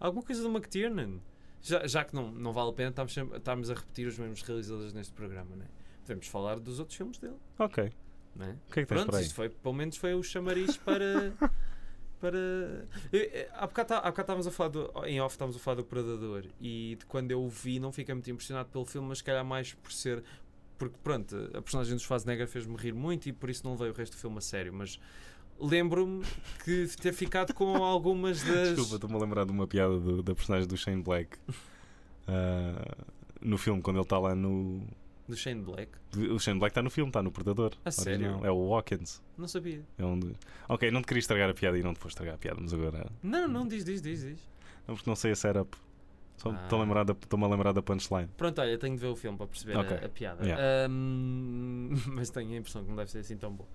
Speaker 4: alguma coisa do McTiernan. Já, já que não, não vale a pena estamos sempre- estarmos a repetir os mesmos realizadores neste programa, não é? Podemos falar dos outros filmes dele,
Speaker 3: Ok.
Speaker 4: não é?
Speaker 3: O que é que tens
Speaker 4: Pronto,
Speaker 3: para aí?
Speaker 4: isto foi, pelo menos foi o chamariz para. para... Eu- eu- há bocado tá- há bocado estávamos a falar do, em off estávamos a falar do Predador e de quando eu o vi não fiquei muito impressionado pelo filme, mas se calhar mais por ser porque pronto, a personagem do Schwarzenegger fez-me rir muito e por isso não levei o resto do filme a sério, mas lembro-me que de ter ficado com algumas das
Speaker 3: Desculpa, estou-me a lembrar de uma piada do- da personagem do Shane Black Ah, no filme, quando ele está lá no.
Speaker 4: do Shane Black,
Speaker 3: O Shane Black está no filme, está no Predador.
Speaker 4: A sério?
Speaker 3: original. É o Watkins.
Speaker 4: não sabia.
Speaker 3: É um de- Ok, não te queria estragar a piada e não te vou estragar a piada, mas agora.
Speaker 4: Não, não, diz, diz, diz, diz.
Speaker 3: Não, porque não sei a setup. Só
Speaker 4: Ah.
Speaker 3: estou a lembrar da- estou-me a lembrar da punchline.
Speaker 4: Pronto, olha, tenho de ver o filme para perceber a-
Speaker 3: Ok.
Speaker 4: a, piada.
Speaker 3: Yeah.
Speaker 4: Ahm, mas tenho a impressão que não deve ser assim tão bom.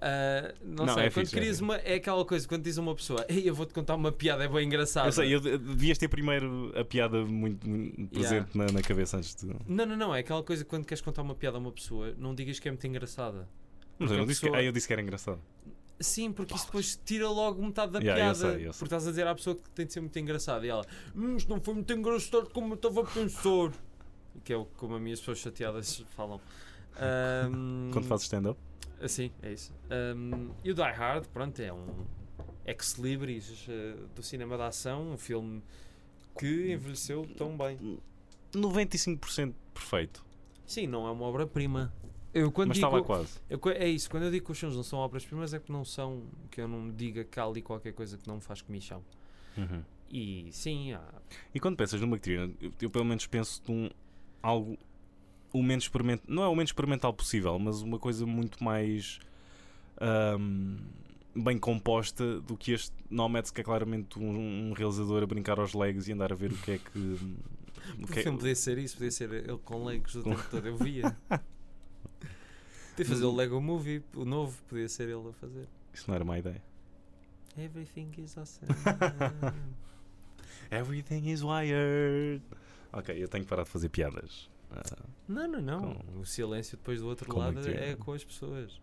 Speaker 4: Ah, não,
Speaker 3: Não,
Speaker 4: sei,
Speaker 3: é
Speaker 4: quando
Speaker 3: fixe, é
Speaker 4: querias
Speaker 3: fixe.
Speaker 4: uma. É aquela coisa, quando diz uma pessoa, ei, eu vou-te contar uma piada, é bem engraçada.
Speaker 3: Eu sei, eu, eu- devias ter primeiro a piada muito, muito
Speaker 4: Yeah.
Speaker 3: presente na, na cabeça antes de.
Speaker 4: Não, não, não, é aquela coisa que quando queres contar uma piada a uma pessoa, não digas que é muito engraçada.
Speaker 3: Mas eu,
Speaker 4: a
Speaker 3: não disse que,
Speaker 4: pessoa-
Speaker 3: ah, eu disse que era engraçado.
Speaker 4: Sim, porque isso depois tira logo metade da
Speaker 3: Yeah, eu
Speaker 4: piada.
Speaker 3: sei, eu sei.
Speaker 4: Porque estás a dizer à pessoa que tem de ser muito engraçada e ela, hum, isto não foi muito engraçado como eu estava a pensar. Que é o que como a mim as pessoas chateadas falam. Ahm,
Speaker 3: Quando fazes stand-up?
Speaker 4: Ah, Sim, é isso. Ahm, e o Die Hard, pronto, é um ex-libris eh, do cinema da ação, um filme que envelheceu tão bem.
Speaker 3: 95% perfeito.
Speaker 4: Sim, não é uma obra-prima. Eu quando
Speaker 3: mas
Speaker 4: digo,
Speaker 3: estava quase.
Speaker 4: eu co- é isso, quando eu digo que os filmes não são obras-primas é que não são, que eu não diga que há ali qualquer coisa que não me faz comichão.
Speaker 3: Uhum.
Speaker 4: E sim, há-
Speaker 3: E quando pensas numa vitrina, eu, eu pelo menos penso num algo o menos experimental, não é o menos experimental possível, mas uma coisa muito mais ahm, bem composta do que este Nomads, que é claramente um, um realizador a brincar aos legos e andar a ver o que é que. o
Speaker 4: o
Speaker 3: que é-
Speaker 4: filme podia ser isso, podia ser ele com legos o tempo todo, eu via. Podia fazer o Lego Movie, o novo, podia ser ele a fazer.
Speaker 3: Isso não era má ideia.
Speaker 4: Everything is awesome.
Speaker 3: Everything is wired. Ok, eu tenho que parar de fazer piadas. Ah,
Speaker 4: Não, não, não.
Speaker 3: Com-
Speaker 4: O silêncio depois do outro
Speaker 3: com
Speaker 4: lado
Speaker 3: muito
Speaker 4: é
Speaker 3: dinheiro.
Speaker 4: com as pessoas.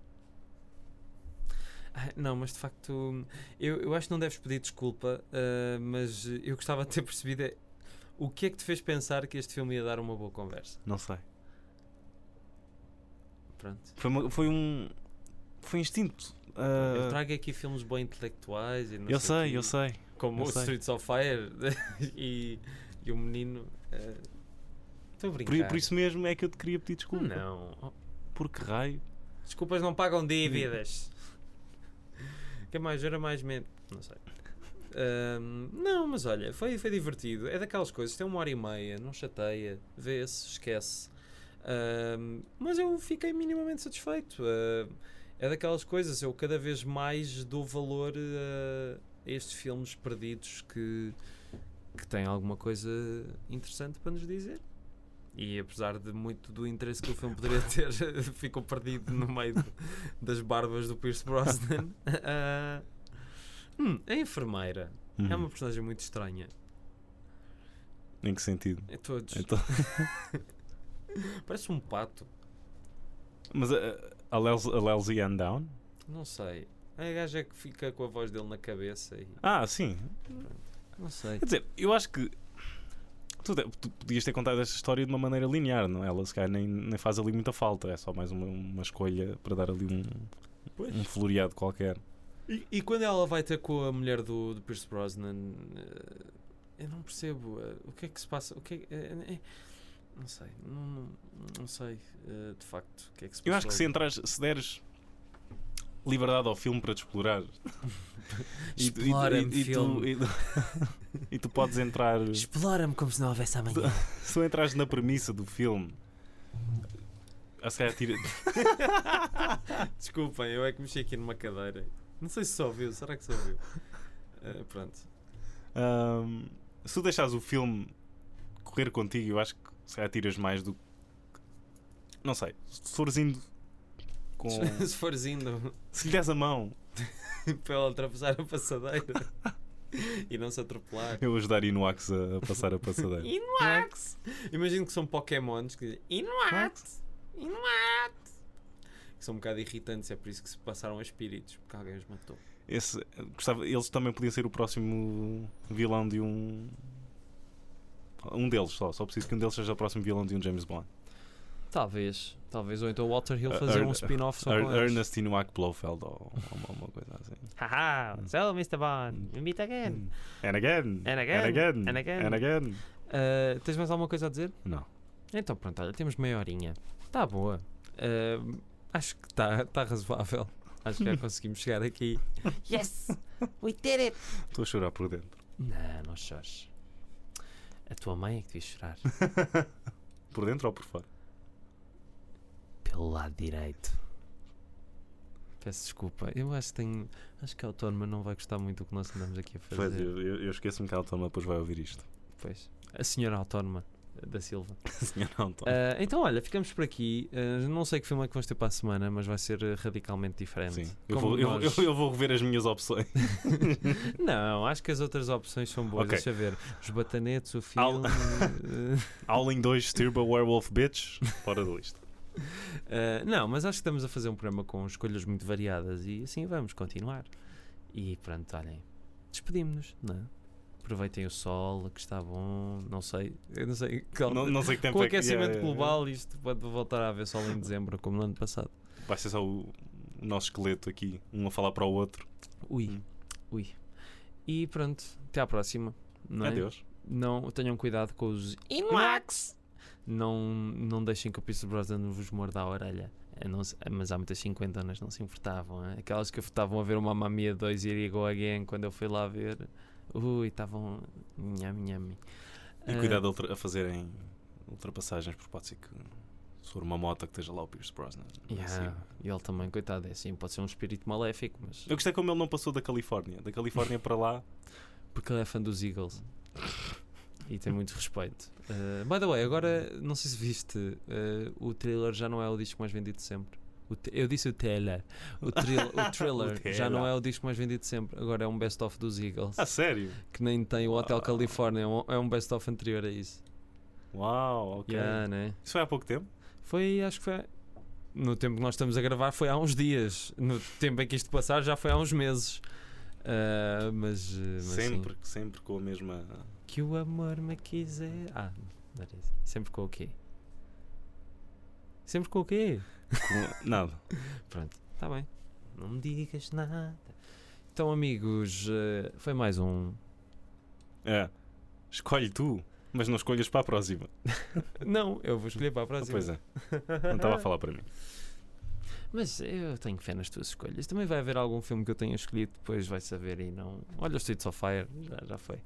Speaker 4: Ah, Não, mas de facto, eu, eu acho que não deves pedir desculpa, ah, mas eu gostava de ter percebido é, o que é que te fez pensar que este filme ia dar uma boa conversa.
Speaker 3: não sei.
Speaker 4: Pronto.
Speaker 3: Foi, uma- foi um. Foi um instinto. Ah,
Speaker 4: eu trago aqui filmes bem intelectuais e não
Speaker 3: eu
Speaker 4: sei o
Speaker 3: sei,
Speaker 4: quê,
Speaker 3: eu sei.
Speaker 4: Como
Speaker 3: eu
Speaker 4: o
Speaker 3: sei.
Speaker 4: Streets of Fire e, e o menino. ah, Estou a
Speaker 3: Por,
Speaker 4: brincar.
Speaker 3: por isso mesmo é que eu te queria pedir desculpa.
Speaker 4: Não. Oh,
Speaker 3: Porque raio.
Speaker 4: Desculpas não pagam dívidas. que é mais era mais menos. Não sei. Ahm, não, mas olha, foi, foi divertido. É daquelas coisas, tem uma hora e meia, não chateia, vê-se, esquece. Ahm, mas eu fiquei minimamente satisfeito. Ahm, é daquelas coisas, eu cada vez mais dou valor eh, a estes filmes perdidos que, que têm alguma coisa interessante para nos dizer. E apesar de muito do interesse que o filme poderia ter, ficou perdido no meio de- das barbas do Pierce Brosnan. Ah, hum, a enfermeira é
Speaker 3: Uhum.
Speaker 4: uma personagem muito estranha.
Speaker 3: Em que sentido?
Speaker 4: É todos.
Speaker 3: Então-
Speaker 4: Parece um pato.
Speaker 3: Mas a, a, Lels- a Lelsy and Down?
Speaker 4: Não sei. A gaja é que fica com a voz dele na cabeça e.
Speaker 3: Ah, sim.
Speaker 4: Não sei.
Speaker 3: Quer dizer, eu acho que. Tu, de- tu podias ter contado esta história de uma maneira linear, não? é? Ela se calhar nem, nem faz ali muita falta, é só mais uma, uma escolha para dar ali um, um floreado qualquer.
Speaker 4: E, e quando ela vai ter com a mulher do, do Pierce Brosnan, eh, eu não percebo eh, o que é que se passa. O que é que- eh, eh, não sei, não, não, não sei eh, de facto o que é que se
Speaker 3: Eu
Speaker 4: passa.
Speaker 3: acho que se entras, se deres liberdade ao filme para te explorar. E tu- e tu-
Speaker 4: Explora-me,
Speaker 3: e tu-
Speaker 4: filme.
Speaker 3: E tu, e tu podes entrar.
Speaker 4: Explora-me como se não houvesse amanhã.
Speaker 3: Se tu entras na premissa do filme. ah, Se calhar tira.
Speaker 4: Desculpem, eu é que mexi aqui numa cadeira. Não sei se só ouviu, será que só ouviu? Eh, pronto.
Speaker 3: Ahm, se tu deixares o filme correr contigo, eu acho que se calhar tiras mais do que. Não sei. Se fores indo com.
Speaker 4: se fores indo
Speaker 3: se lhe des a mão,
Speaker 4: para ela atravessar a passadeira e não se atropelar.
Speaker 3: eu ajudaria Inuax a, a passar a passadeira.
Speaker 4: Inuax! Imagino que são pokémons que dizem Inuax! Inuax! Que são um bocado irritantes, é por isso que se passaram a espíritos, porque alguém os matou.
Speaker 3: Esse- gostava- eles também podiam ser o próximo vilão de um. Um deles só. Só preciso que um deles seja o próximo vilão de um James Bond.
Speaker 4: Talvez, talvez, ou então Walter Hill
Speaker 3: Uh, fazer um Ern-
Speaker 4: spin-off
Speaker 3: Er, Ernest Inuak Blofeld ou, ou uma- uma coisa assim.
Speaker 4: Haha, so Mr. Bond, meet again.
Speaker 3: And again!
Speaker 4: And again, and again.
Speaker 3: And again!
Speaker 4: Uh, tens mais alguma coisa a dizer?
Speaker 3: Não.
Speaker 4: Então pronto, olha, temos meia horinha. Está boa. Ahm, acho que está tá razoável. Acho que já conseguimos chegar aqui. Yes! We did it!
Speaker 3: Estou a chorar por dentro.
Speaker 4: Não, não chores. A tua mãe é que devia chorar.
Speaker 3: Por dentro ou por fora?
Speaker 4: Pelo lado direito. Peço desculpa. Eu acho que tenho. Acho que a autónoma não vai gostar muito do que
Speaker 3: é.
Speaker 4: nós andamos aqui a fazer.
Speaker 3: Pois, eu, eu, eu esqueço-me que a Autónoma depois vai ouvir isto.
Speaker 4: Pois. A senhora autónoma. eh, da Silva.
Speaker 3: Senhor António.
Speaker 4: Ah, então, olha, ficamos por aqui. Ah, não sei que filme é que vamos ter para a semana, mas vai ser ah, radicalmente diferente.
Speaker 3: Sim. Eu
Speaker 4: Como
Speaker 3: vou, eu-
Speaker 4: nós-
Speaker 3: eu- eu vou rever as minhas opções.
Speaker 4: Não, acho que as outras opções são boas.
Speaker 3: Ok.
Speaker 4: Deixa ver. Os batanetes, o
Speaker 3: Al-
Speaker 4: filme. eh,
Speaker 3: Howling 2, Turbo Werewolf Bitch, fora da lista.
Speaker 4: eh, não, mas acho que estamos a fazer um programa com escolhas muito variadas e assim vamos continuar. E pronto, olhem, despedimos-nos, não é? Aproveitem o sol, que está bom, não sei, eu não sei. Cal-
Speaker 3: Não, não sei que tempo
Speaker 4: Com o
Speaker 3: é que- yeah,
Speaker 4: aquecimento
Speaker 3: yeah, yeah.
Speaker 4: global, isto pode voltar a haver sol em dezembro, como no ano passado.
Speaker 3: é. Vai ser só o, o nosso esqueleto aqui, um a falar para o outro.
Speaker 4: Ui,
Speaker 3: Hum.
Speaker 4: ui. E pronto, até à próxima. Não é?
Speaker 3: Adeus.
Speaker 4: Não, tenham cuidado com os Inmax. Não, não deixem que o Pierce Brosnan vos morda a orelha. A não se- mas há muitas cinquentonas que não se importavam. hein? Aquelas que estavam a ver uma Mamia 2 e Here You Go Again quando eu fui lá ver. Ui, estavam. Nham, nham.
Speaker 3: E
Speaker 4: Ah,
Speaker 3: cuidado a, ultra- a fazerem ultrapassagens, porque pode ser que se for uma moto que esteja lá o Pierce Brosnan.
Speaker 4: yeah,
Speaker 3: Assim.
Speaker 4: E ele também, coitado, é assim, pode ser um espírito maléfico, mas.
Speaker 3: Eu gostei como ele não passou da Califórnia. Da Califórnia para lá.
Speaker 4: Porque ele é fã dos Eagles. E tem muito respeito. Uh, by the way, agora não sei se viste, uh, o thriller já não é o disco mais vendido de sempre. O te- eu disse o thriller. O, thril- o thriller
Speaker 3: O
Speaker 4: já não
Speaker 3: thriller.
Speaker 4: é o disco mais vendido de sempre. Agora é um best-of dos Eagles.
Speaker 3: A sério?
Speaker 4: Que nem tem o Hotel
Speaker 3: Ah.
Speaker 4: California. é um- É um best-of anterior a isso.
Speaker 3: Uau, ok.
Speaker 4: Yeah, né?
Speaker 3: Isso foi há pouco tempo?
Speaker 4: Foi, acho que foi. No tempo que nós estamos a gravar foi há uns dias. No tempo em que isto passar já foi há uns meses. Uh, mas, uh, mas sim.
Speaker 3: sempre, sempre com a mesma.
Speaker 4: Que o amor me quiser. Ah, não era isso. Sempre com o quê? Sempre com o quê?
Speaker 3: com- Nada.
Speaker 4: Pronto, está bem. Não me digas nada. Então, amigos, eh, foi mais um.
Speaker 3: É. Escolhe tu, mas não escolhas para a próxima.
Speaker 4: Não, eu vou escolher para a
Speaker 3: Ah,
Speaker 4: próxima.
Speaker 3: pois é. Não estava a falar para mim.
Speaker 4: Mas eu tenho fé nas tuas escolhas. Também vai haver algum filme que eu tenha escolhido, depois vai saber e não. Olha, o Streets of Fire, já, já foi.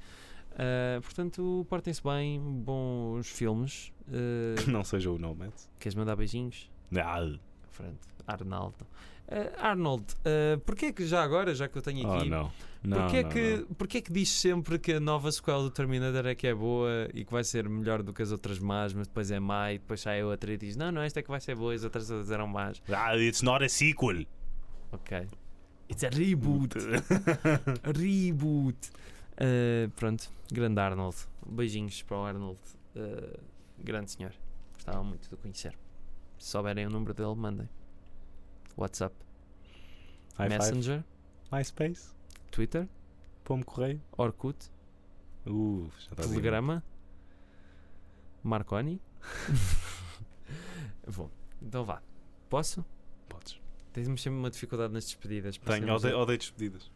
Speaker 4: Ah, portanto, portem-se bem, bons filmes. Ah,
Speaker 3: Não seja o Nomads.
Speaker 4: queres mandar beijinhos?
Speaker 3: Não.
Speaker 4: Pronto, Arnaldo. Eh, Arnold, eh, porquê é que já agora, já que eu tenho
Speaker 3: Oh,
Speaker 4: aqui,
Speaker 3: não. não
Speaker 4: porquê, é
Speaker 3: não,
Speaker 4: que,
Speaker 3: não.
Speaker 4: porquê é que diz sempre que a nova sequela do Terminator é que é boa e que vai ser melhor do que as outras más, mas depois é má e depois sai outra e diz: Não, não, esta é que vai ser boa, as outras todas eram más.
Speaker 3: Ah, it's not a sequel.
Speaker 4: Ok. It's a reboot. A reboot. Eh, pronto, grande Arnold. Beijinhos para o Arnold. Eh, grande senhor. Gostava muito de o conhecer. Se souberem o número dele, mandem. WhatsApp.
Speaker 3: High five.
Speaker 4: Messenger,
Speaker 3: MySpace.
Speaker 4: Twitter,
Speaker 3: Pombo Correio.
Speaker 4: Orkut,
Speaker 3: Uh, já está a dizer.
Speaker 4: Telegrama, Marconi. Bom, então vá. Posso?
Speaker 3: Podes.
Speaker 4: Tens-me sempre uma dificuldade nas despedidas.
Speaker 3: Tenho,
Speaker 4: percebes?
Speaker 3: odeio, odeio despedidas.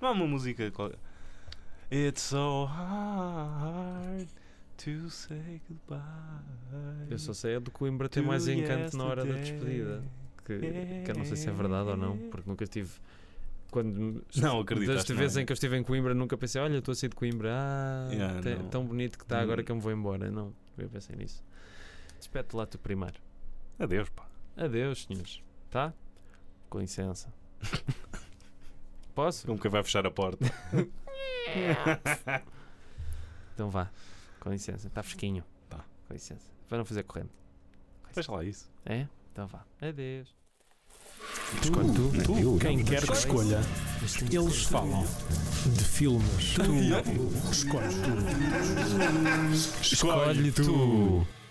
Speaker 3: Não há uma música. qual- It's so hard to say goodbye.
Speaker 4: Eu só sei é do Coimbra ter mais
Speaker 3: to
Speaker 4: encanto na hora da
Speaker 3: yesterday.
Speaker 4: despedida. Que, que eu não sei se é verdade ou não, porque nunca estive. Quando me-
Speaker 3: Não, acreditaste,
Speaker 4: Das
Speaker 3: não
Speaker 4: vezes
Speaker 3: é?
Speaker 4: em que eu estive em Coimbra, nunca pensei, olha, eu estou a sair de Coimbra, ah,
Speaker 3: Yeah,
Speaker 4: te-
Speaker 3: não.
Speaker 4: tão bonito que está agora
Speaker 3: Hum.
Speaker 4: que eu me vou embora. Não, eu pensei nisso. Despete lá tu primeiro.
Speaker 3: Adeus, pá.
Speaker 4: Adeus, senhores. Tá? Com licença. Posso?
Speaker 3: Como que vai fechar a porta?
Speaker 4: Então vá. Com licença. Está fresquinho.
Speaker 3: Tá.
Speaker 4: Com licença. Para não fazer corrente.
Speaker 3: Deixa lá isso.
Speaker 4: É? Então vá. Adeus.
Speaker 2: Escolhe tu,
Speaker 3: eu,
Speaker 2: quem quer que escolha. Eles falam de filmes. Tu escolhe tu.
Speaker 3: Escolhe tu.